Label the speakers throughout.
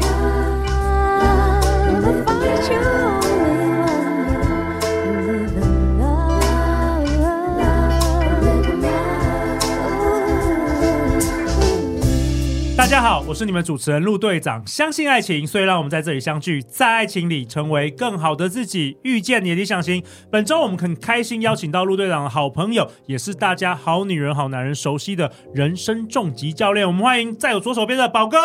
Speaker 1: Love, find you only one. Live in love, live in love.
Speaker 2: 大家好，我是你们主持人陆队长。相信爱情，所以让我们在这里相聚，在爱情里成为更好的自己，遇见你的理想型。本周我们很开心邀请到陆队长的好朋友，也是大家好女人、好男人熟悉的人生重疾教练。我们欢迎在我左手边的宝哥，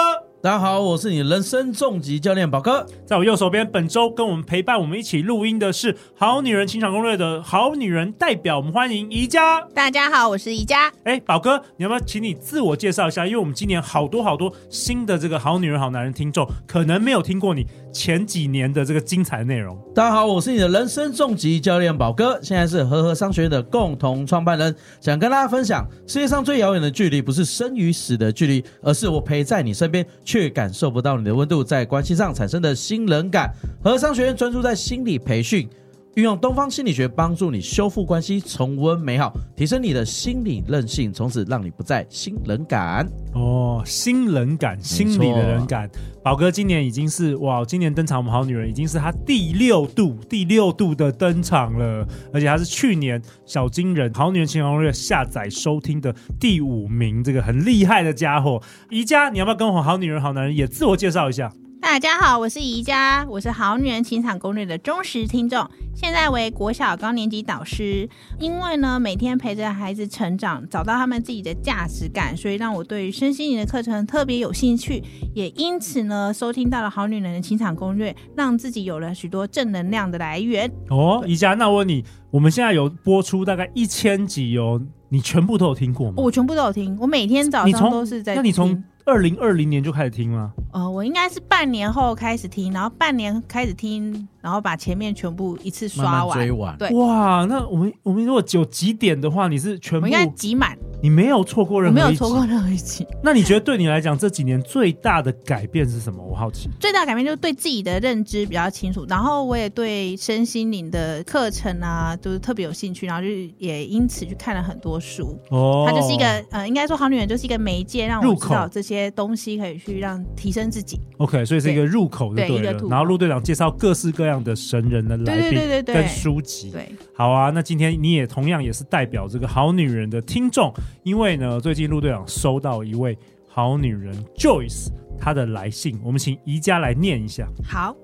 Speaker 3: 大家好，我是你人生重疾教练宝哥。
Speaker 2: 在我右手边。本周跟我们陪伴我们一起录音的是《好女人情场攻略》的好女人代表，我们欢迎宜家。
Speaker 4: 大家好，我是宜家。
Speaker 2: 哎，宝哥，你要不要请你自我介绍一下？因为我们今年好多好多新的这个好女人、好男人听众，可能没有听过你前几年的这个精彩内容。
Speaker 3: 大家好，我是你的人生重疾教练宝哥，现在是和和商学院的共同创办人，想跟大家分享，世界上最遥远的距离不是生与死的距离，而是我陪在你身边却感受不到你的温度，在关系上产生的新冷感。和和商学院专注在心理培训。运用东方心理学帮助你修复关系，重温美好，提升你的心理韧性，从此让你不再心冷感。
Speaker 2: 哦，新人感，心里的人感。宝哥今年已经是哇，今年登场我们好女人已经是他第六度第六度的登场了，而且他是去年小金人好女人情场攻略下载收听的第五名，这个很厉害的家伙。宜家，你要不要跟我好女人好男人也自我介绍一下？
Speaker 4: 大家好，我是宜家，我是《好女人情场攻略》的忠实听众，现在为国小高年级导师。因为呢，每天陪着孩子成长，找到他们自己的价值感，所以让我对于身心灵的课程特别有兴趣。也因此呢，收听到了《好女人的情场攻略》，让自己有了许多正能量的来源。
Speaker 2: 哦，宜家，那我问你，我们现在有播出大概一千集哦，你全部都有听过吗？
Speaker 4: 我全部都有听，我每天早
Speaker 2: 你
Speaker 4: 上
Speaker 2: 从
Speaker 4: 都是在
Speaker 2: 那你从
Speaker 4: 听
Speaker 2: 二零二零年就开始听吗？
Speaker 4: 呃，我应该是半年后开始听，然后半年开始听，然后把前面全部一次刷
Speaker 3: 慢
Speaker 4: 完。
Speaker 3: 慢追完
Speaker 4: 对，
Speaker 2: 哇，那我们我们如果有几点的话，你是全
Speaker 4: 我
Speaker 2: 部
Speaker 4: 应该挤满，
Speaker 2: 你没有错过
Speaker 4: 我
Speaker 2: 任何
Speaker 4: 没
Speaker 2: 一集
Speaker 4: 有错过。任何一集。
Speaker 2: 那你觉得对你来讲这几年最大的改变是什么？我好奇。
Speaker 4: 最大改变就是对自己的认知比较清楚，然后我也对身心灵的课程啊，就是特别有兴趣，然后就也因此去看了很多书。
Speaker 2: 哦
Speaker 4: 它就是一个呃，应该说好女人就是一个媒介，让
Speaker 2: 入
Speaker 4: 我
Speaker 2: 口
Speaker 4: 知道这些东西可以去让提升自己。
Speaker 2: OK，所以是一个入口就
Speaker 4: 对
Speaker 2: 对
Speaker 4: 一个
Speaker 2: 了
Speaker 4: 入。口
Speaker 2: 然后陆队长介绍各式各样的神人的来宾，
Speaker 4: 对对对对对
Speaker 2: 跟书籍，
Speaker 4: 对，
Speaker 2: 好啊，那今天你也同样也是代表这个好女人的听众，因为呢，最近陆队长收到一位好女人 Joyce 她的来信，我们请宜家来念一下。
Speaker 4: 好，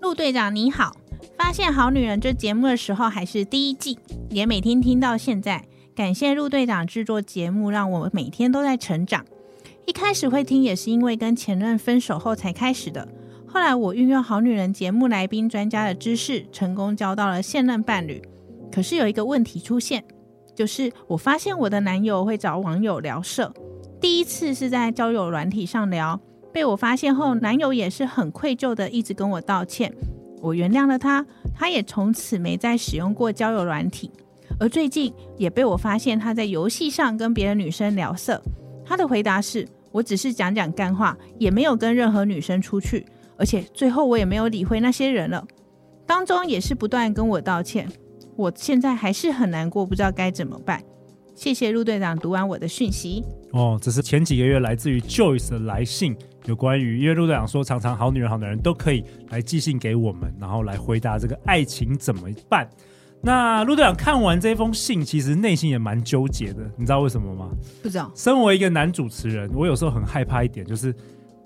Speaker 4: 陆队长你好，发现《好女人》这节目的时候还是第一季，也每天听到现在。感谢陆队长制作节目，让我每天都在成长。一开始会听也是因为跟前任分手后才开始的，后来我运用《好女人》节目来宾专家的知识，成功交到了现任伴侣。可是有一个问题出现，就是我发现我的男友会找网友聊色，第一次是在交友软体上聊，被我发现后，男友也是很愧疚的，一直跟我道歉。我原谅了他，他也从此没再使用过交友软体。而最近也被我发现他在游戏上跟别的女生聊色。他的回答是：我只是讲讲干话，也没有跟任何女生出去，而且最后我也没有理会那些人了。当中也是不断跟我道歉，我现在还是很难过，不知道该怎么办。谢谢陆队长读完我的讯息。
Speaker 2: 哦，这是前几个月来自于 Joyce 的来信，有关于因为陆队长说，常常好女人、好男人都可以来寄信给我们，然后来回答这个爱情怎么办。那陆队长看完这封信，其实内心也蛮纠结的，你知道为什么吗？
Speaker 4: 不知道
Speaker 2: 身为一个男主持人，我有时候很害怕一点，就是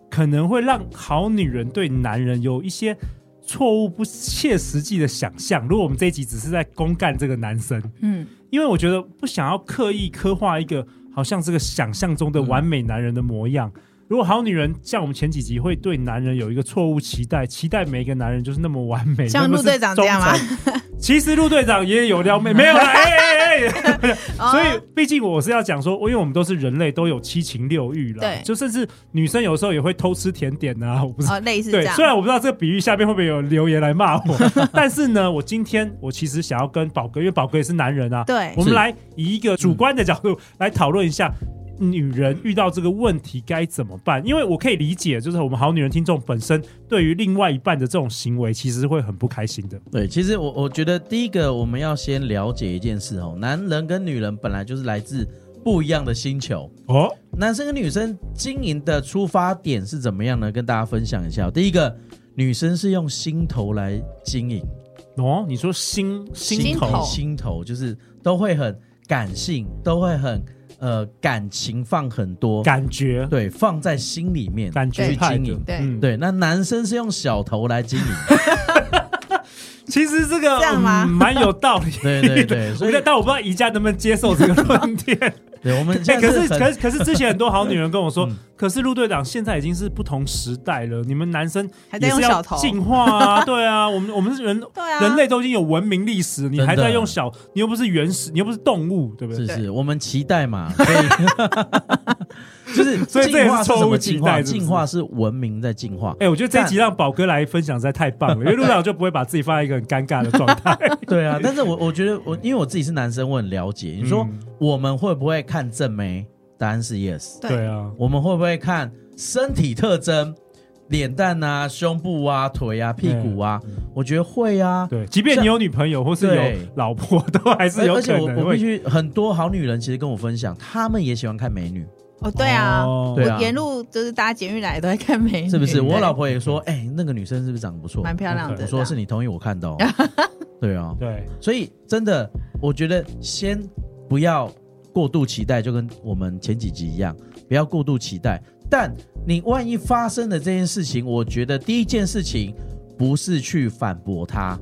Speaker 2: 可能会让好女人对男人有一些错误、不切实际的想象。如果我们这一集只是在公干这个男生，
Speaker 4: 嗯，
Speaker 2: 因为我觉得不想要刻意刻画一个好像这个想象中的完美男人的模样。如果好女人像我们前几集会对男人有一个错误期待，期待每一个男人就是那么完美，
Speaker 4: 像
Speaker 2: 那么是
Speaker 4: 陆队长这样吗
Speaker 2: 忠诚？其实陆队长也有撩妹，没有啦，哎哎哎哎，所以， 毕竟我是要讲说，因为我们都是人类，都有七情六欲啦。
Speaker 4: 对
Speaker 2: 就甚至女生有时候也会偷吃甜点啊， 我不知道。
Speaker 4: 哦，类似这
Speaker 2: 对，
Speaker 4: 样。
Speaker 2: 虽然我不知道这个比喻下面会不会有留言来骂 我，但是呢，我今天我其实想要跟宝哥，因为宝哥也是男人啊，
Speaker 4: 对
Speaker 2: 我们来以一个主观的角度来讨论一下。女人遇到这个问题该怎么办？因为我可以理解，就是我们好女人听众本身对于另外一半的这种行为，其实会很不开心的。
Speaker 3: 对，其实我我觉得第一个我们要先了解一件事哦，男人跟女人本来就是来自不一样的星球，
Speaker 2: 哦，
Speaker 3: 男生跟女生经营的出发点是怎么样呢？跟大家分享一下。第一个，女生是用心头来经营，
Speaker 2: 哦，你说心心
Speaker 4: 心
Speaker 2: 头
Speaker 4: 头
Speaker 3: 心头就是都会很感性，都会很呃感情放很多，
Speaker 2: 感觉
Speaker 3: 对，放在心里面
Speaker 2: 感觉
Speaker 3: 去
Speaker 2: 派
Speaker 3: 经
Speaker 2: 的
Speaker 3: 营。
Speaker 4: 对
Speaker 2: 嗯，
Speaker 3: 对，那男生是用小头 来经营，。
Speaker 2: 其实这个
Speaker 5: 这样吗
Speaker 2: 嗯蛮有道理
Speaker 3: 对 对对，所以
Speaker 2: 我但我不知道宜家能不能接受这个论点。
Speaker 3: 对我们
Speaker 2: 哎、
Speaker 3: 现在
Speaker 2: 可是
Speaker 3: 很
Speaker 2: 可是可是之前很多好女人跟我说，
Speaker 3: 嗯
Speaker 2: 可是陆队长现在已经是不同时代了，你们男生
Speaker 4: 还在
Speaker 2: 也
Speaker 4: 用
Speaker 2: 是
Speaker 4: 小
Speaker 2: 要
Speaker 4: 头，
Speaker 2: 进化啊，对啊，我们我们是人
Speaker 5: 对啊，
Speaker 2: 人类都已经有文明历史，你还
Speaker 3: 真的
Speaker 2: 在用小，你又不是原始，你又不是动物，对不对？
Speaker 3: 是是，我们期 待嘛，所以 就是
Speaker 2: 所以这也
Speaker 3: 进化
Speaker 2: 是错
Speaker 3: 什
Speaker 2: 误
Speaker 3: 么
Speaker 2: 期
Speaker 3: 进
Speaker 2: 待
Speaker 3: 化？
Speaker 2: 是不是
Speaker 3: 进化是文明在进化。
Speaker 2: 哎、我觉得这一集让宝哥来分享实在太棒了，因为陆队长就不会把自己放在一个很尴尬的状态。
Speaker 3: 对啊，但是我我觉得我因为我自己是男生，我很了解。你说
Speaker 2: 嗯
Speaker 3: 我们会不会看正妹？答案是 yes。
Speaker 4: 对
Speaker 2: 对啊，
Speaker 3: 我们会不会看身体特征？脸蛋啊、胸部啊、腿啊、屁股啊，我觉得会
Speaker 2: 嗯
Speaker 3: 啊。
Speaker 2: 对，即便你有女朋友或是
Speaker 3: 对
Speaker 2: 有老婆，都还是有
Speaker 3: 而而
Speaker 2: 可
Speaker 3: 且
Speaker 2: 能
Speaker 3: 我
Speaker 2: 会。
Speaker 3: 我必须很多好女人其实跟我分享，她们也喜欢看美女，
Speaker 4: 哦，对啊，
Speaker 2: 哦
Speaker 3: 对啊
Speaker 4: 我沿路就是搭捷运来都在看美女，
Speaker 3: 是不是？
Speaker 2: 哎
Speaker 4: 对
Speaker 3: 我老婆也说，哎，那个女生是不是长得不错？
Speaker 4: 蛮漂亮的这
Speaker 3: 我
Speaker 4: 样，
Speaker 3: 说是你同意我看的哦。对啊，
Speaker 2: 对，
Speaker 3: 所以真的，我觉得先不要过度期待，就跟我们前几集一样，不要过度期待。但你万一发生了这件事情，我觉得第一件事情不是去反驳他，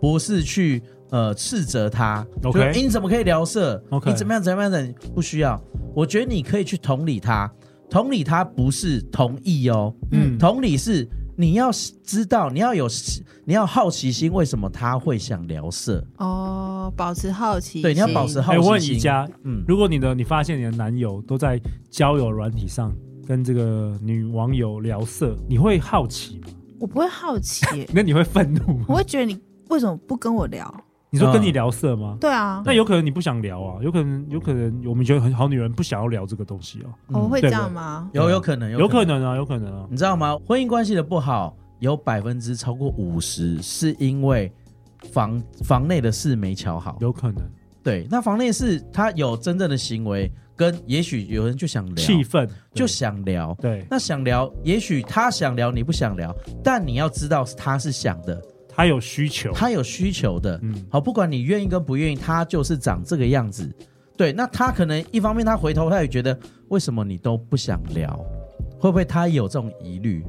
Speaker 3: 不是去呃斥责他。
Speaker 2: OK
Speaker 3: 就是诶你怎么可以聊色
Speaker 2: OK
Speaker 3: 你怎么样怎么样怎么样？不需要，我觉得你可以去同理他，同理他不是同意哦，
Speaker 2: 嗯，
Speaker 3: 同理是你要知道，你要有你要好奇心，为什么他会想聊色？
Speaker 4: 哦，保持好奇心，
Speaker 3: 对，你要保持好
Speaker 2: 哎、我问
Speaker 3: 奇
Speaker 2: 宜
Speaker 3: 心。
Speaker 2: 家，
Speaker 3: 嗯，
Speaker 2: 如果你的你发现你的男友都在交友软体上跟这个女网友聊色，你会好奇吗？，
Speaker 4: 我不会好奇耶
Speaker 2: 那你会愤怒 吗？
Speaker 4: 我会觉得你为什么不跟我聊？
Speaker 2: 你说跟你
Speaker 3: 嗯
Speaker 2: 聊色吗？
Speaker 4: 对啊，
Speaker 2: 那有可能你不想聊啊，有可能有可能我们觉得很好女人不想要聊这个东西啊，
Speaker 3: 嗯
Speaker 4: 哦我会
Speaker 2: 对
Speaker 4: 这
Speaker 2: 吧
Speaker 4: 样吗？
Speaker 3: 有有可能，
Speaker 2: 有可。能啊，有可能啊，
Speaker 3: 你知道吗？婚姻关系的不好，有百分之超过五十是因为房房内的事没瞧好。
Speaker 2: 有可能
Speaker 3: 对，那房内事他有真正的行为，跟也许有人就想聊，
Speaker 2: 气氛
Speaker 3: 就
Speaker 2: 对
Speaker 3: 想聊。
Speaker 2: 对
Speaker 3: 那想聊，也许他想聊，你不想聊，但你要知道他是想的，
Speaker 2: 他有需求，
Speaker 3: 他有需求的。
Speaker 2: 嗯，
Speaker 3: 好，不管你愿意跟不愿意，他就是长这个样子。对，那他可能一方面他回头他也觉得，为什么你都不想聊？会不会他也有这种疑虑？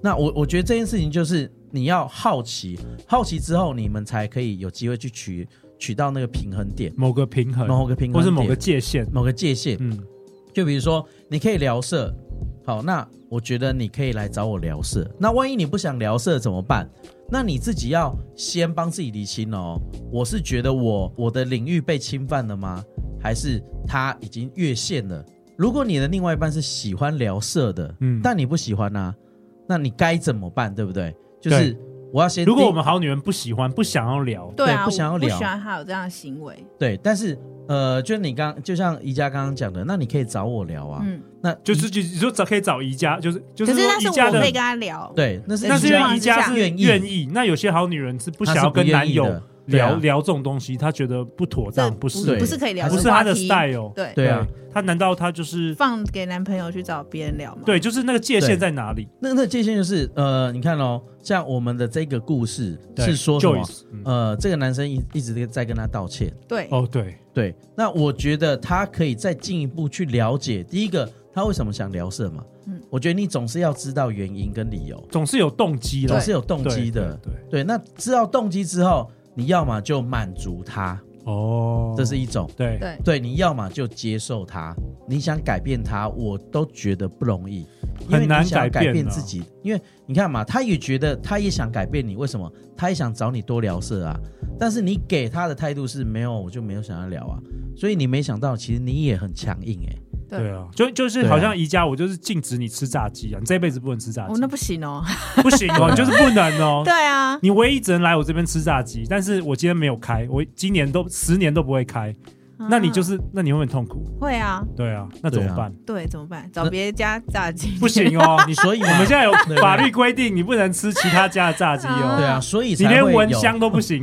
Speaker 3: 那我我觉得这件事情就是你要好奇，好奇之后你们才可以有机会去取取到那个平衡点，
Speaker 2: 某个平衡，
Speaker 3: 某个平衡
Speaker 2: 嗯或是某
Speaker 3: 点
Speaker 2: 个界限，
Speaker 3: 某个界限。
Speaker 2: 嗯，
Speaker 3: 就比如说，你可以聊色，好，那我觉得你可以来找我聊色。那万一你不想聊色怎么办？那你自己要先帮自己理清哦。我是觉得我我的领域被侵犯了吗？还是他已经越线了？如果你的另外一半是喜欢聊色的，
Speaker 2: 嗯
Speaker 3: 但你不喜欢啊，那你该怎么办？对不对？就是
Speaker 2: 对
Speaker 3: 我要先定，
Speaker 2: 如果我们好女人不喜欢不想要聊，
Speaker 4: 对啊，
Speaker 3: 对
Speaker 4: 我
Speaker 3: 不想要聊
Speaker 4: 不喜欢他有这样的行为，
Speaker 3: 对，但是呃，就你刚就像宜家刚刚讲的，那你可以找我聊啊。
Speaker 4: 嗯，
Speaker 3: 那
Speaker 2: 就是就就找可以找宜家，就是就
Speaker 4: 可
Speaker 2: 说
Speaker 4: 是但是
Speaker 2: 宜家
Speaker 4: 我
Speaker 2: 的
Speaker 4: 会跟他聊，
Speaker 3: 对，那是
Speaker 2: 但是因
Speaker 3: 宜
Speaker 2: 为
Speaker 3: 家
Speaker 2: 宜家是
Speaker 3: 愿意
Speaker 2: 愿意，那有些好女人是不想要跟男友
Speaker 3: 她是不愿意的对啊
Speaker 2: 聊聊这种东西，她觉得不妥
Speaker 4: 这
Speaker 2: 当，不
Speaker 4: 是
Speaker 3: 对
Speaker 2: 是
Speaker 4: 不是可以聊，
Speaker 2: 不是她的
Speaker 4: 话题
Speaker 2: style，
Speaker 4: 对
Speaker 3: 对啊，
Speaker 2: 她难道她就是
Speaker 4: 放给男朋友去找别人聊嘛？
Speaker 2: 对，就是那个界限
Speaker 3: 对
Speaker 2: 在哪里？
Speaker 3: 那那界限就是呃，你看哦，像我们的这个故事
Speaker 2: 对
Speaker 3: 是说什么？
Speaker 2: Joyce，嗯
Speaker 3: 呃，这个男生一一直在跟他道歉。
Speaker 4: 对，
Speaker 2: 哦，对，
Speaker 3: 对，那我觉得他可以再进一步去了解，第一个他为什么想聊色嘛？
Speaker 4: 嗯
Speaker 3: 我觉得你总是要知道原因跟理由，
Speaker 2: 总是有动机
Speaker 3: 总
Speaker 2: 的，
Speaker 3: 是有动
Speaker 2: 对
Speaker 3: 机的。
Speaker 2: 对，对
Speaker 3: 对，那知道动机之后，你要么就满足他，
Speaker 2: 哦，
Speaker 3: 这是一种；
Speaker 2: 对
Speaker 4: 对
Speaker 3: 对，你要么就接受他。你想改变他，我都觉得不容易，因
Speaker 2: 很
Speaker 3: 为
Speaker 2: 难
Speaker 3: 你想要
Speaker 2: 改变
Speaker 3: 改变
Speaker 2: 啊
Speaker 3: 自己。因为你看嘛，他也觉得他也想改变你，为什么？他也想找你多聊色啊。但是你给他的态度是没有，我就没有想要聊啊。所以你没想到，其实你也很强硬哎、
Speaker 2: 对啊，就就是
Speaker 3: 对啊
Speaker 2: 好像宜家，我就是禁止你吃炸鸡啊，你这辈子不能吃炸
Speaker 4: 哦
Speaker 2: 鸡，
Speaker 4: 那不行哦，
Speaker 2: 不行哦，你就是不能哦
Speaker 4: 对。啊，
Speaker 2: 你唯一只能来我这边吃炸鸡，但是我今天没有开，我今年都十年都不会开，那你就
Speaker 4: 啊
Speaker 2: 是那你会很痛苦，
Speaker 4: 会啊，
Speaker 2: 对啊，那怎么办？
Speaker 4: 对，怎么办？找
Speaker 3: 那
Speaker 4: 别家炸鸡
Speaker 2: 不行 哦，你
Speaker 3: 所以
Speaker 2: 我
Speaker 3: 嘛
Speaker 2: 们现，在有法律规定，你不能吃其他家的炸鸡哦，
Speaker 3: 对啊，所以
Speaker 2: 你
Speaker 3: 才
Speaker 2: 连
Speaker 3: 会
Speaker 2: 闻
Speaker 3: 有
Speaker 2: 香都不行，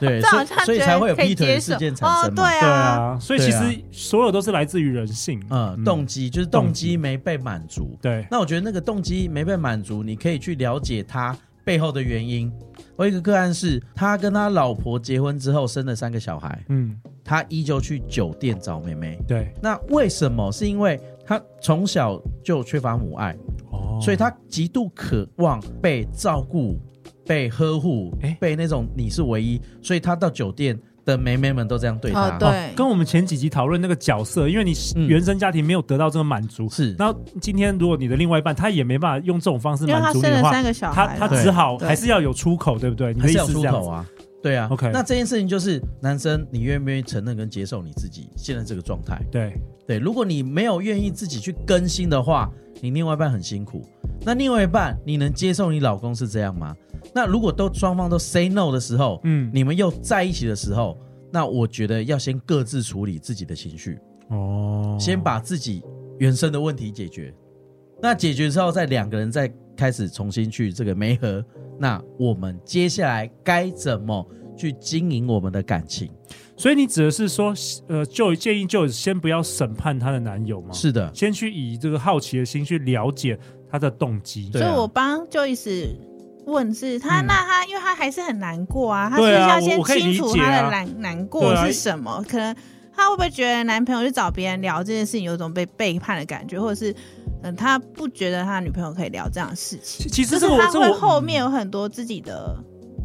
Speaker 3: 对，
Speaker 4: 这
Speaker 3: 所
Speaker 4: 好
Speaker 3: 以
Speaker 4: 像觉
Speaker 3: 所以
Speaker 4: 得
Speaker 3: 才会有
Speaker 4: 可以
Speaker 3: 劈腿
Speaker 4: 接
Speaker 3: 的事
Speaker 4: 受
Speaker 3: 件产生嘛。
Speaker 4: 哦对
Speaker 2: 对啊，所以其实所有都是来自于人性，
Speaker 3: 嗯，动机就是动机没被满足。
Speaker 2: 对，
Speaker 3: 那我觉得那个动机没被满足，你可以去了解他背后的原因。我有一个个案是，他跟他老婆结婚之后生了三个小孩，
Speaker 2: 嗯，
Speaker 3: 他依旧去酒店找妹妹。
Speaker 2: 对，
Speaker 3: 那为什么？是因为他从小就缺乏母爱，
Speaker 2: 哦
Speaker 3: 所以他极度渴望被照顾、被呵护、
Speaker 2: 诶
Speaker 3: 被那种你是唯一，所以他到酒店的妹妹们都这样对他。
Speaker 4: 哦对
Speaker 2: 跟我们前几集讨论那个角色，因为你
Speaker 3: 嗯
Speaker 2: 原生家庭没有得到这个满足，
Speaker 3: 是
Speaker 2: 然后今天如果你的另外一半他也没办法用这种方式
Speaker 4: 因为他
Speaker 2: 满足
Speaker 4: 生
Speaker 2: 你的
Speaker 4: 了
Speaker 2: 话
Speaker 4: 三，个小
Speaker 2: 他
Speaker 4: 孩了，
Speaker 2: 他
Speaker 3: 对
Speaker 2: 只好
Speaker 4: 对
Speaker 2: 还是要有出口，对不对？你
Speaker 3: 还
Speaker 2: 的意
Speaker 3: 是要
Speaker 2: 思是
Speaker 3: 出
Speaker 2: 这样
Speaker 3: 口
Speaker 2: 子？
Speaker 3: 啊。对啊
Speaker 2: OK
Speaker 3: 那这件事情就是男生，你愿不愿意承认跟接受你自己现在这个状态？
Speaker 2: 对，
Speaker 3: 对，如果你没有愿意自己去更新的话，你另外一半很辛苦。那另外一半，你能接受你老公是这样吗？那如果都双方都 say no 的时候，
Speaker 2: 嗯，
Speaker 3: 你们又在一起的时候，那我觉得要先各自处理自己的情绪，
Speaker 2: 哦，
Speaker 3: 先把自己原生的问题解决。那解决之后，再两个人再开始重新去这个媒合。那我们接下来该怎么去经营我们的感情？
Speaker 2: 所以你指的是说，呃，就建议就先不要审判她的男友吗？，
Speaker 3: 是的，
Speaker 2: 先去以这个好奇的心去了解他的动机。
Speaker 3: 对
Speaker 4: 所以
Speaker 3: 啊
Speaker 4: 我帮 Joyce 问是他，
Speaker 2: 嗯
Speaker 4: 那他因为他还是很难过啊，他是不
Speaker 2: 对
Speaker 4: 是
Speaker 2: 啊
Speaker 4: 要
Speaker 2: 我
Speaker 4: 先
Speaker 2: 我可以
Speaker 4: 清
Speaker 2: 理
Speaker 4: 楚
Speaker 2: 解
Speaker 4: 他
Speaker 2: 啊
Speaker 4: 的难难过
Speaker 2: 对啊
Speaker 4: 是什么？可能他会不会觉得男朋友去找别人聊这件事情，有种被背叛的感觉，或者是嗯，他不觉得他女朋友可以聊这样的事情，
Speaker 2: 其其实
Speaker 4: 就是
Speaker 2: 这个我
Speaker 4: 他
Speaker 2: 这
Speaker 4: 会
Speaker 2: 个我
Speaker 4: 后面有很多自己的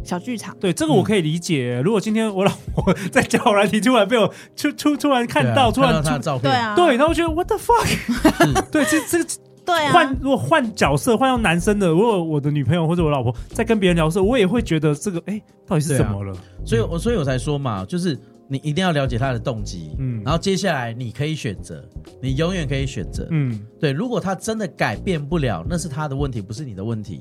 Speaker 4: 小剧场。
Speaker 2: 对这个我可以理解。如果今天我老婆 在交友软体突然被我突突突然看到，突
Speaker 3: 对啊看到
Speaker 2: 然
Speaker 3: 他的
Speaker 2: 出
Speaker 3: 照片，
Speaker 4: 对，啊，
Speaker 2: 对，然后我觉得 what the fuck，对， 这这个
Speaker 4: 对啊，
Speaker 2: 换如果换角色换到男生的，如果我的女朋友或者我老婆在跟别人聊的时候，我也会觉得这个哎、到底是
Speaker 3: 对啊
Speaker 2: 怎么了？
Speaker 3: 所以我所以我才说嘛，就是你一定要了解他的动机，
Speaker 2: 嗯
Speaker 3: 然后接下来你可以选择，你永远可以选择，
Speaker 2: 嗯，
Speaker 3: 对，如果他真的改变不了，那是他的问题，不是你的问题。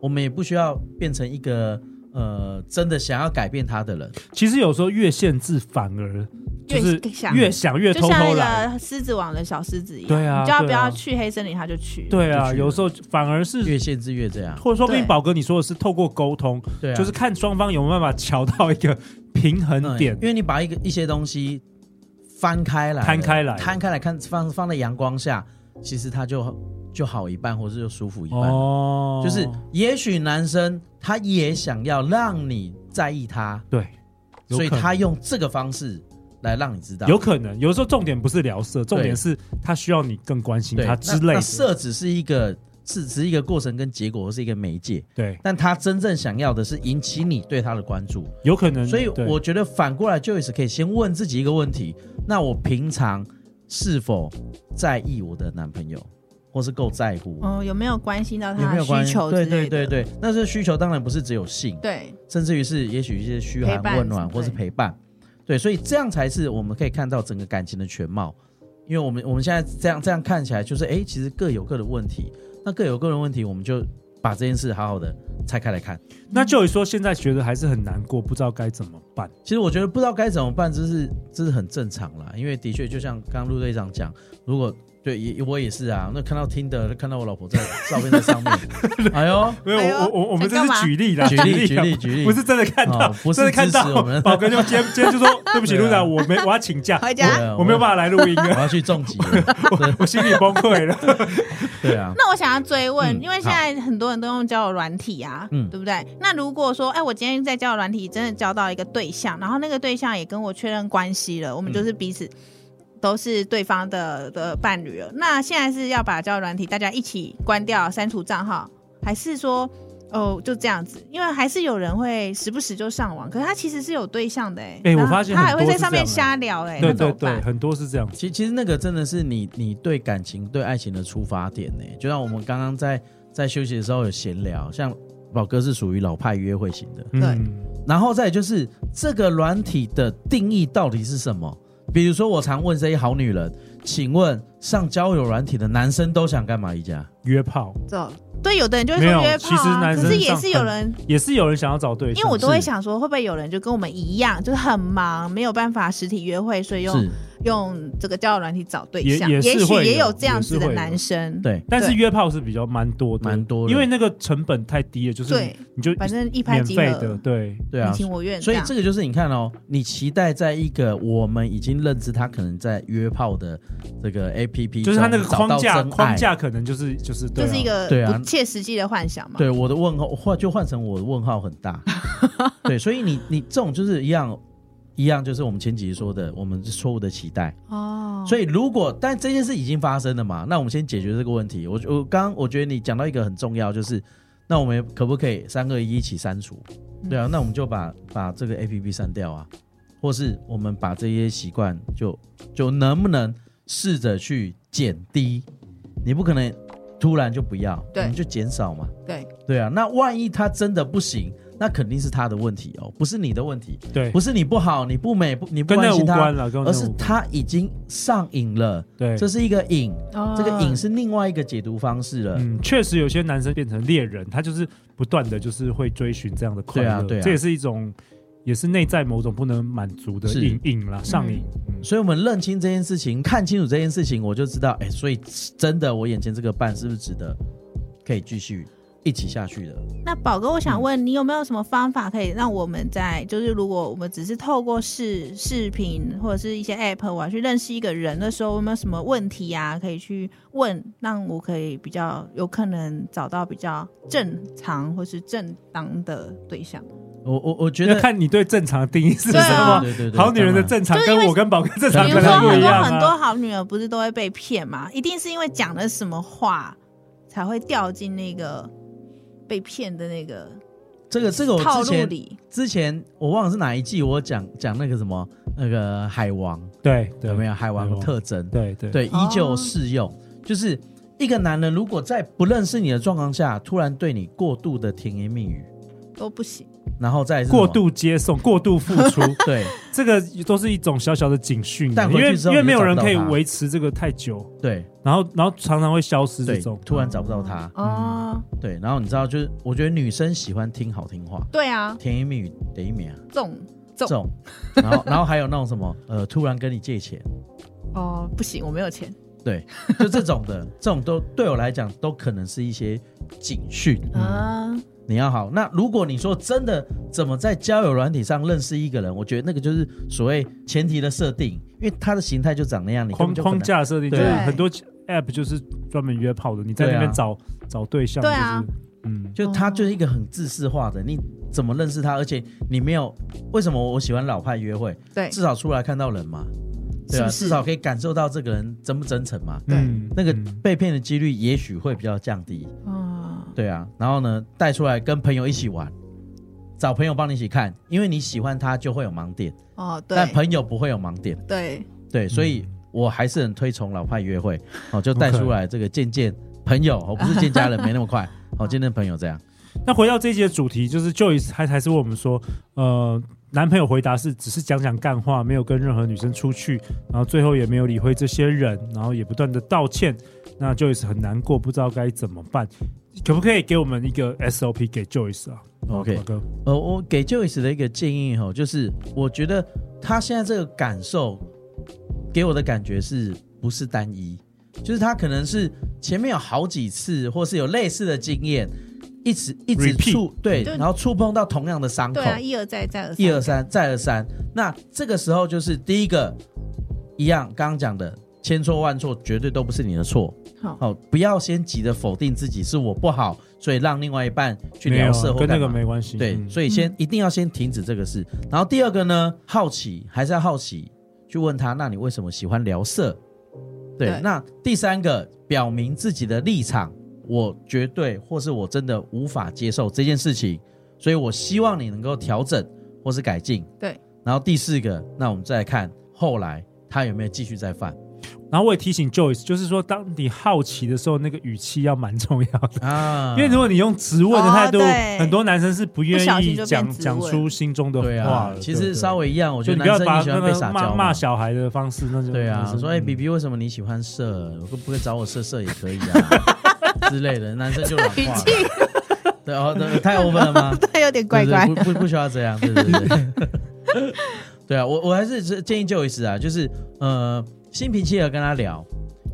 Speaker 3: 我们也不需要变成一个呃，真的想要改变他的人。
Speaker 2: 其实有时候越限制反而就是
Speaker 4: 越想
Speaker 2: 越想越
Speaker 4: 就
Speaker 2: 偷
Speaker 4: 像
Speaker 2: 偷来。
Speaker 4: 那个狮子王的小狮子一样，
Speaker 2: 对啊
Speaker 4: 你叫他
Speaker 2: 对
Speaker 4: 不
Speaker 2: 啊
Speaker 4: 要去黑森林，他就去。
Speaker 2: 对
Speaker 3: 就
Speaker 2: 啊，
Speaker 3: 去了
Speaker 2: 有时候反而是
Speaker 3: 越限制越这样，
Speaker 2: 或者说不定
Speaker 4: 对
Speaker 2: 宝哥你说的是透过沟通，
Speaker 3: 对啊，
Speaker 2: 就是看双方有没有办法瞧到一个平衡
Speaker 3: 嗯
Speaker 2: 点
Speaker 3: 因。为你把一个一些东西翻开来了，
Speaker 2: 摊开来
Speaker 3: 摊开来看，放放在阳光下，其实它就就好一半，或是就舒服一半。
Speaker 2: 哦，
Speaker 3: 啊就是也许男生他也想要让你在意他，
Speaker 2: 对，有
Speaker 3: 所以
Speaker 2: 可能
Speaker 3: 他用这个方式来让你知道。
Speaker 2: 有可能有时候重点不是聊色，重点是他需要你更关心
Speaker 3: 对，
Speaker 2: 他
Speaker 3: 那
Speaker 2: 之类
Speaker 3: 那
Speaker 2: 的。
Speaker 3: 色只是一个是只是一个过程跟结果，是一个媒介，
Speaker 2: 对，
Speaker 3: 但他真正想要的是引起你对他的关注。
Speaker 2: 有可能。
Speaker 3: 所以
Speaker 2: 嗯对
Speaker 3: 我觉得反过来，Joyce 可以先问自己一个问题：那我平常是否在意我的男朋友，或是够在乎？
Speaker 4: 嗯，有没有关心到
Speaker 3: 有
Speaker 4: 他
Speaker 3: 没
Speaker 4: 的
Speaker 3: 有关
Speaker 4: 需
Speaker 3: 系
Speaker 4: 求？之
Speaker 3: 对
Speaker 4: 类
Speaker 3: 对
Speaker 4: 的？
Speaker 3: 对对，那这需求当然不是只有性，
Speaker 4: 对
Speaker 3: 甚至于是也许一些嘘寒
Speaker 4: 陪伴
Speaker 3: 问暖或是陪伴，对，所以这样才是我们可以看到整个感情的全貌。因为我们我们现在这样这样看起来，就是哎、诶其实各有各的问题，那各有各的问题，我们就把这件事好好的拆开来看。
Speaker 2: 那就有说现在觉得还是很难过，不知道该怎么办。
Speaker 3: 其实我觉得不知道该怎么办，这是这是很正常啦，因为的确就像刚刚陆队长讲，如果对也我也是啊，那看到听的看到我老婆在照片在上面， 哎呦。
Speaker 2: 没有，
Speaker 4: 哎呦
Speaker 2: 我我我们这
Speaker 4: 想干
Speaker 2: 是
Speaker 4: 嘛
Speaker 2: 举例啦，
Speaker 3: 举例
Speaker 2: 啦
Speaker 3: 举例举例
Speaker 2: 不是真的看到
Speaker 3: 哦，不是
Speaker 2: 真的看
Speaker 3: 支持我们
Speaker 2: 到。 宝哥就今天今天就说对不起，
Speaker 3: 对
Speaker 2: 陆
Speaker 3: 啊
Speaker 2: 长，我没我要请 假，
Speaker 4: 回
Speaker 3: 对
Speaker 4: 家。
Speaker 3: 啊
Speaker 2: 我没有办法来录音
Speaker 3: 我
Speaker 2: 了，
Speaker 3: 要去重疾了。
Speaker 2: 我心里崩溃了。
Speaker 3: 对啊，
Speaker 4: 那我想要追问，
Speaker 3: 嗯
Speaker 4: 因为现在很多人都用交友软体啊，
Speaker 3: 嗯
Speaker 4: 对不对？那如果说，哎，我今天在交友软体真的交到一个对象，然后那个对象也跟我确认关系了，我们就是彼此都是对方的的伴侣了。那现在是要把交友软体大家一起关掉、删除账号，还是说？哦，就这样子，因为还是有人会时不时就上网，可是他其实是有对象的哎、
Speaker 2: 哎我
Speaker 4: 然后
Speaker 2: 发现
Speaker 4: 他
Speaker 2: 很
Speaker 4: 还会
Speaker 2: 多
Speaker 4: 在
Speaker 2: 是
Speaker 4: 上面
Speaker 2: 这样
Speaker 4: 瞎聊哎、
Speaker 2: 对
Speaker 4: 那怎
Speaker 2: 对
Speaker 4: 么
Speaker 2: 对，
Speaker 4: 办？
Speaker 2: 很多是这样子。
Speaker 3: 其其实那个真的是你你对感情对爱情的出发点呢、就像我们刚刚在在休息的时候有闲聊，像宝哥是属于老派约会型的，
Speaker 2: 嗯
Speaker 4: 对，
Speaker 3: 然后再来就是这个软体的定义到底是什么？比如说，我常问这些好女人，请问上交友软体的男生都想干嘛？宜家
Speaker 2: 约炮，
Speaker 4: 走。对，有的人就会
Speaker 2: 没有
Speaker 4: 说约
Speaker 2: 其实
Speaker 4: 炮啊，
Speaker 2: 男
Speaker 4: 可是
Speaker 2: 生
Speaker 4: 也
Speaker 2: 上
Speaker 4: 是有
Speaker 2: 很
Speaker 4: 人，
Speaker 2: 也是有人想要找对象，
Speaker 4: 因为我都会
Speaker 2: 是
Speaker 4: 想说，会不会有人就跟我们一样，就是很忙，没有办法实体约会，所以用
Speaker 3: 是，
Speaker 4: 用这个交友软体找对
Speaker 2: 也
Speaker 4: 象，
Speaker 2: 也是
Speaker 4: 许
Speaker 2: 会
Speaker 4: 也
Speaker 2: 有
Speaker 4: 有这样
Speaker 2: 也是
Speaker 4: 子
Speaker 2: 会
Speaker 4: 的
Speaker 2: 有
Speaker 4: 男生，
Speaker 3: 对，
Speaker 2: 但是
Speaker 4: 对
Speaker 2: 约炮是比较蛮多的，
Speaker 3: 蛮多的
Speaker 2: 因为那个成本太低了，就是
Speaker 4: 对
Speaker 2: 你就
Speaker 4: 反正一拍
Speaker 2: 免
Speaker 4: 即
Speaker 2: 费
Speaker 4: 合，
Speaker 2: 的，对，
Speaker 3: 对
Speaker 4: 你
Speaker 3: 啊。
Speaker 4: 情我愿这
Speaker 3: 所以
Speaker 4: 样。
Speaker 3: 这个就是你看哦，你期待在一个我们已经认知他可能在约炮的这个 A P P，
Speaker 2: 就是它那个框架框，
Speaker 3: 找到真爱
Speaker 2: 架可能就是就是对啊
Speaker 4: 就是一个
Speaker 3: 对啊
Speaker 4: 不切实际的幻想嘛。
Speaker 3: 对我的问号换就换成我的问号很大。对，所以你你这种就是一样一样，就是我们前几集说的，我们是错误的期待。
Speaker 4: 哦，
Speaker 3: 所以如果但这件事已经发生了嘛，那我们先解决这个问题。我我刚刚我觉得你讲到一个很重要，就是那我们可不可以三个一一起删除？
Speaker 4: 嗯
Speaker 3: 对啊，那我们就把把这个 A P P 删掉啊，或是我们把这些习惯就就能不能试着去减低？你不可能突然就不要，
Speaker 4: 对
Speaker 3: 我们就减少嘛。
Speaker 4: 对，
Speaker 3: 对啊，那万一他真的不行，那肯定是他的问题哦，不是你的问题，
Speaker 2: 对，
Speaker 3: 不是你不好，你不美，不你不
Speaker 2: 跟那
Speaker 3: 关
Speaker 2: 个无
Speaker 3: 心他，
Speaker 2: 关了，跟那个
Speaker 3: 而是
Speaker 2: 无关
Speaker 3: 他已经上瘾了。
Speaker 2: 对，啊
Speaker 3: 这是一个瘾，
Speaker 4: 哦
Speaker 3: 这个瘾是另外一个解读方式了。
Speaker 2: 嗯，确实有些男生变成猎人，他就是不断的就是会追寻这样的快乐，
Speaker 3: 对啊对啊
Speaker 2: 这也是一种也是内在某种不能满足的
Speaker 3: 是
Speaker 2: 瘾瘾啦，上瘾。嗯
Speaker 3: 所以，我们认清这件事情，看清楚这件事情，我就知道，哎，所以真的，我眼前这个伴是不是值得可以继续一起下去的？
Speaker 4: 那宝哥，我想
Speaker 2: 嗯
Speaker 4: 问你有没有什么方法可以让我们在就是如果我们只是透过视视频或者是一些 app 我要去认识一个人的时候，有没有什么问题啊可以去问，让我可以比较有可能找到比较正常或是正当的对象？
Speaker 3: 我我我觉
Speaker 2: 要
Speaker 3: 得，
Speaker 2: 看你对正常的定义是什
Speaker 4: 对啊
Speaker 2: 么。
Speaker 3: 对对对，
Speaker 2: 好女人的
Speaker 3: 正
Speaker 2: 正常
Speaker 4: 就是因为
Speaker 2: 跟我跟宝哥正常
Speaker 3: 当然
Speaker 4: 比如
Speaker 2: 可
Speaker 4: 说
Speaker 2: 能不
Speaker 4: 很
Speaker 2: 一
Speaker 4: 多
Speaker 2: 样
Speaker 4: 很多
Speaker 2: 啊。
Speaker 4: 好女人不是都会被骗嘛，一定是因为讲了什么话才会掉进那个被骗的那个
Speaker 3: 这个这个
Speaker 4: 套
Speaker 3: 我之
Speaker 4: 路
Speaker 3: 前
Speaker 4: 里。
Speaker 3: 之前我忘了是哪一季，我讲讲那个什么那个海王
Speaker 2: 对对
Speaker 3: 有没有海王
Speaker 2: 海
Speaker 3: 的
Speaker 2: 王
Speaker 3: 特征？
Speaker 2: 对对
Speaker 3: 对，依旧
Speaker 4: 哦
Speaker 3: 适用。就是一个男人如果在不认识你的状况下，突然对你过度的甜言蜜语，
Speaker 4: 都不行，
Speaker 3: 然后再来是什么
Speaker 2: 过度接送、过度付 出，
Speaker 3: 对
Speaker 2: 这个都是一种小小的警讯啊，
Speaker 3: 但
Speaker 2: 因
Speaker 3: 回去
Speaker 2: 为
Speaker 3: 之后
Speaker 2: 因为
Speaker 3: 你
Speaker 2: 没
Speaker 3: 就
Speaker 2: 有人
Speaker 3: 找不
Speaker 2: 可
Speaker 3: 到
Speaker 2: 以
Speaker 3: 他
Speaker 2: 维持这个太久，
Speaker 3: 对
Speaker 2: 然后然后常常会消失这
Speaker 3: 对
Speaker 2: 种，。
Speaker 3: 突然找不到他，
Speaker 4: 哦，
Speaker 3: 对，然后你知道就是，我觉得女生喜欢听好听话，
Speaker 4: 对啊，
Speaker 3: 甜言蜜语得一秒
Speaker 4: 这种
Speaker 3: 这种，然后 然后还有那种什么呃，突然跟你借钱，
Speaker 4: 哦不行，我没有钱，
Speaker 3: 对，就这种的，这种都对我来讲都可能是一些警讯。
Speaker 4: 啊，
Speaker 3: 你要好。那如果你说真的怎么在交友软体上认识一个人，我觉得那个就是所谓前提的设定，因为他的形态就长那样，你根
Speaker 2: 框
Speaker 3: 本就很
Speaker 2: 框
Speaker 3: 难。
Speaker 2: 架设定就是
Speaker 3: 对
Speaker 2: 很多 app 就是专门约炮的，你在
Speaker 3: 对啊
Speaker 2: 那边找找对象，就
Speaker 4: 对啊
Speaker 2: 是嗯，
Speaker 3: 就他就是一个很自私化的，你怎么认识他？而且你没有为什么我喜欢老派约会，
Speaker 4: 对，
Speaker 3: 至少出来看到人嘛，对
Speaker 4: 是
Speaker 3: 啊，
Speaker 4: 不是
Speaker 3: 至少可以感受到这个人真不真诚嘛。
Speaker 4: 对
Speaker 2: 嗯
Speaker 3: 那个
Speaker 2: 嗯
Speaker 3: 被骗的几率也许会比较降低，
Speaker 4: 啊，
Speaker 3: 对啊。然后呢，带出来跟朋友一起玩，找朋友帮你一起看，因为你喜欢他就会有盲点，
Speaker 4: 哦对
Speaker 3: 但，朋友不会有盲点。
Speaker 4: 对，
Speaker 3: 对，所以我还是很推崇老派约会，哦，就带出来这个见见朋友，哦，不是见家人，没那么快，哦，见见朋友这样，
Speaker 2: 那回到这一集的主题，就是 Joyce 还还是问我们说，呃，男朋友回答是只是讲讲干话，没有跟任何女生出去，然后最后也没有理会这些人，然后也不断的道歉，那 Joyce 很难过，不知道该怎么办。可不可以给我们一个 SOP 给 Joyce 啊
Speaker 3: OK
Speaker 2: 宝哥，
Speaker 3: 呃，我给 Joyce 的一个建议哦，就是我觉得他现在这个感受给我的感觉是不是单一，就是他可能是前面有好几次，或是有类似的经验，一直一直
Speaker 2: Repeat
Speaker 3: 触对，
Speaker 4: 就
Speaker 3: 然后触碰到同样的伤口
Speaker 4: 对，啊，一而再，再而
Speaker 3: 一而
Speaker 4: 三，
Speaker 3: 三，再而三。那这个时候就是第一个，一样刚刚讲的，千错万错绝对都不是你的错。
Speaker 4: 好
Speaker 3: 哦，不要先急着否定自己是我不好，所以让另外一半去
Speaker 2: 没有
Speaker 3: 聊
Speaker 2: 啊
Speaker 3: 色或
Speaker 2: 跟那
Speaker 3: 干
Speaker 2: 个
Speaker 3: 嘛。
Speaker 2: 没关系，
Speaker 3: 对，
Speaker 2: 嗯
Speaker 3: 所以先一定要先停止这个事。然后第二个呢，好奇还是要好奇，去问他，那你为什么喜欢聊色？对
Speaker 4: 对，
Speaker 3: 那第三个，表明自己的立场，我绝对或是我真的无法接受这件事情，所以我希望你能够调整或是改进。
Speaker 4: 对，
Speaker 3: 然后第四个，那我们再来看后来他有没有继续再犯。
Speaker 2: 然后我也提醒 Joyce，就是说，当你好奇的时候，那个语气要蛮重要 的，
Speaker 3: 啊，
Speaker 2: 因为如果你用质问的态度，
Speaker 4: 哦对
Speaker 2: 很多男生是不愿
Speaker 4: 不小心
Speaker 2: 意
Speaker 4: 就变
Speaker 2: 讲
Speaker 4: 质
Speaker 2: 讲
Speaker 4: 问
Speaker 2: 出心中的话
Speaker 3: 对啊
Speaker 2: 了。，
Speaker 3: 其
Speaker 2: 对
Speaker 3: 实
Speaker 2: 不对
Speaker 3: 稍微一样，我
Speaker 2: 就你
Speaker 3: 觉得
Speaker 2: 不要
Speaker 3: 男
Speaker 2: 把
Speaker 3: 生喜
Speaker 2: 那
Speaker 3: 欢被
Speaker 2: 个
Speaker 3: 撒
Speaker 2: 骂
Speaker 3: 娇
Speaker 2: 骂
Speaker 3: 嘛。
Speaker 2: 小孩的方式，那就
Speaker 3: 对啊
Speaker 2: 男，生
Speaker 3: 说哎
Speaker 2: 嗯
Speaker 3: ，B B，为什么你喜欢射？会不会找我射射也可以啊之类的，男生就软
Speaker 4: 语
Speaker 3: 化了。
Speaker 4: 气
Speaker 3: 对哦，对太 over 了吗？
Speaker 4: 对有点 怪怪
Speaker 3: 对。对不不不需要这样，对对对。对对啊，我我还是建议就一次啊，就是呃，心平气和跟他聊，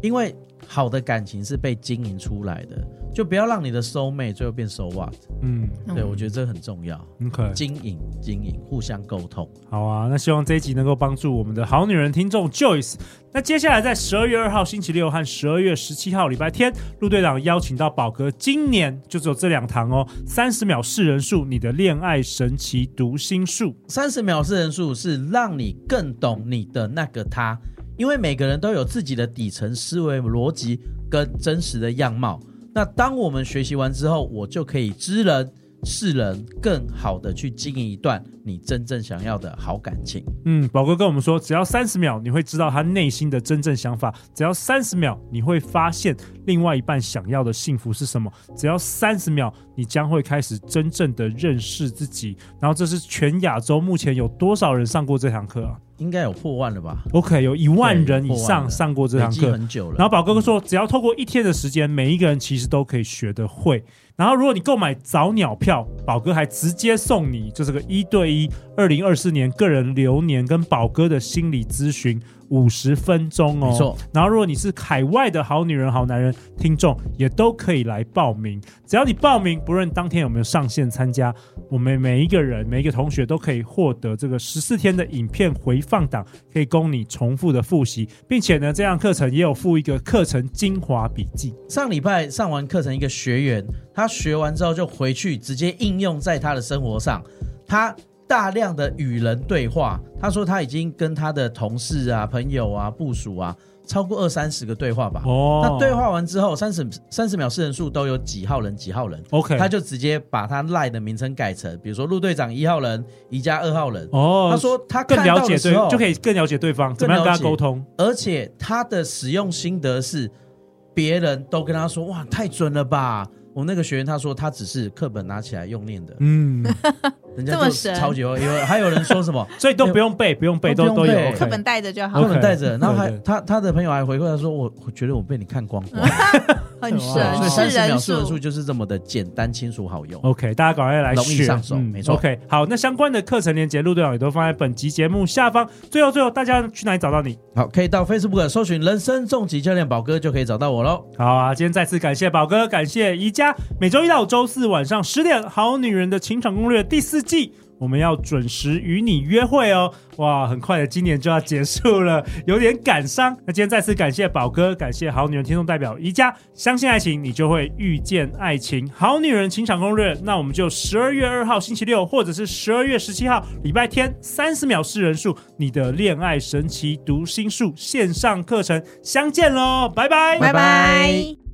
Speaker 3: 因为好的感情是被经营出来的，就不要让你的 soul mate 最后变 soul what。
Speaker 2: 嗯
Speaker 3: 对，我觉得这很重要，
Speaker 2: ，OK，
Speaker 3: 经营经营，互相沟通。
Speaker 2: 好啊，那希望这一集能够帮助我们的好女人听众 Joyce。那接下来在十二月二号星期六和十二月十七号礼拜天，陆队长邀请到宝哥，今年就只有这两堂哦，三十秒试人术，你的恋爱神奇读心术。
Speaker 3: 三十秒是人数是让你更懂你的那个他，因为每个人都有自己的底层思维逻辑跟真实的样貌。那当我们学习完之后，我就可以知人识人，更好的去经营一段你真正想要的好感情。
Speaker 2: 嗯，宝哥跟我们说，只要三十秒，你会知道他内心的真正想法；只要三十秒，你会发现另外一半想要的幸福是什么；只要三十秒，你将会开始真正的认识自己。然后，这是全亚洲目前有多少人上过这堂课啊？
Speaker 3: 应该有破万了吧？
Speaker 2: OK，有一万人以
Speaker 3: 对破万
Speaker 2: 上
Speaker 3: 了
Speaker 2: 上过这
Speaker 3: 累
Speaker 2: 堂
Speaker 3: 积
Speaker 2: 课。
Speaker 3: 很久了。
Speaker 2: 然后宝哥哥说，只要透过一天的时间，每一个人其实都可以学得会。然后如果你购买早鸟票，宝哥还直接送你就是个一对一二零二四年个人流年跟宝哥的心理咨询五十分钟哦。
Speaker 3: 没错。
Speaker 2: 然后如果你是海外的好女人、好男人听众，也都可以来报名。只要你报名，不论当天有没有上线参加，我们每一个人、每一个同学都可以获得这个十四天的影片回放档，可以供你重复的复习，并且呢，这样课程也有附一个课程精华笔记。
Speaker 3: 上礼拜上完课程，一个学员他学完之后就回去直接应用在他的生活上，他大量的与人对话。他说他已经跟他的同事啊、朋友啊、部署啊，超过二三十个对话吧。
Speaker 2: 哦
Speaker 3: 那对话完之后，三十三十秒四人数都有几号人几号人，
Speaker 2: OK，
Speaker 3: 他就直接把他赖的名称改成，比如说陆队长一号人、宜家二号人。
Speaker 2: 哦，
Speaker 3: 他说他
Speaker 2: 更
Speaker 3: 看
Speaker 2: 了
Speaker 3: 到
Speaker 2: 解
Speaker 3: 的
Speaker 2: 对
Speaker 3: 时候，
Speaker 2: 就可以更了解对方，怎
Speaker 3: 更
Speaker 2: 么样跟他
Speaker 3: 了解
Speaker 2: 沟通。
Speaker 3: 而且他的使用心得是，别人都跟他说：“哇，太准了吧！”我那个学员他说，他只是课本拿起来用念的，
Speaker 2: 嗯，
Speaker 3: 人家
Speaker 4: 这么
Speaker 3: 就
Speaker 4: 神
Speaker 3: 超级会。有还有人说 什么
Speaker 2: 所以都不用背，不用背，
Speaker 3: 都
Speaker 2: 都
Speaker 3: 不
Speaker 2: 都
Speaker 3: 用
Speaker 2: 有
Speaker 3: 背哦
Speaker 2: OK
Speaker 4: 课本带着就好
Speaker 3: 课
Speaker 4: 了，
Speaker 3: 本带着，然后还
Speaker 2: 对对
Speaker 3: 他他的朋友还回馈他说：“我我觉得我被你看光光。
Speaker 4: 很
Speaker 2: 对
Speaker 3: 所以
Speaker 4: 神，
Speaker 3: 三
Speaker 4: 是
Speaker 3: 十秒
Speaker 4: 人
Speaker 3: 四人
Speaker 4: 数
Speaker 3: 数。就是这么的简单、清楚、好用。
Speaker 2: OK，大家赶快来
Speaker 3: 容易
Speaker 2: 学，嗯
Speaker 3: 上手没错
Speaker 2: OK，好，那相关的课程链接，陆队长也都放在本集节目下方。最后，最后，大家去哪里找到你？
Speaker 3: 好，可以到 Facebook 搜寻“人生重疾教练宝哥”就可以找到我喽。
Speaker 2: 好啊，今天再次感谢宝哥，感谢宜家。每周一到周四晚上十点，《好女人的情场攻略》第四季。我们要准时与你约会哦！哇，很快的，今年就要结束了，有点感伤。那今天再次感谢宝哥，感谢好女人听众代表宜家，相信爱情，你就会遇见爱情。好女人情场攻略，那我们就十二月二号星期六，或者是十二月十七号礼拜天，三十秒是人数，你的恋爱神奇读心术线上课程相见喽，拜拜
Speaker 4: 拜拜。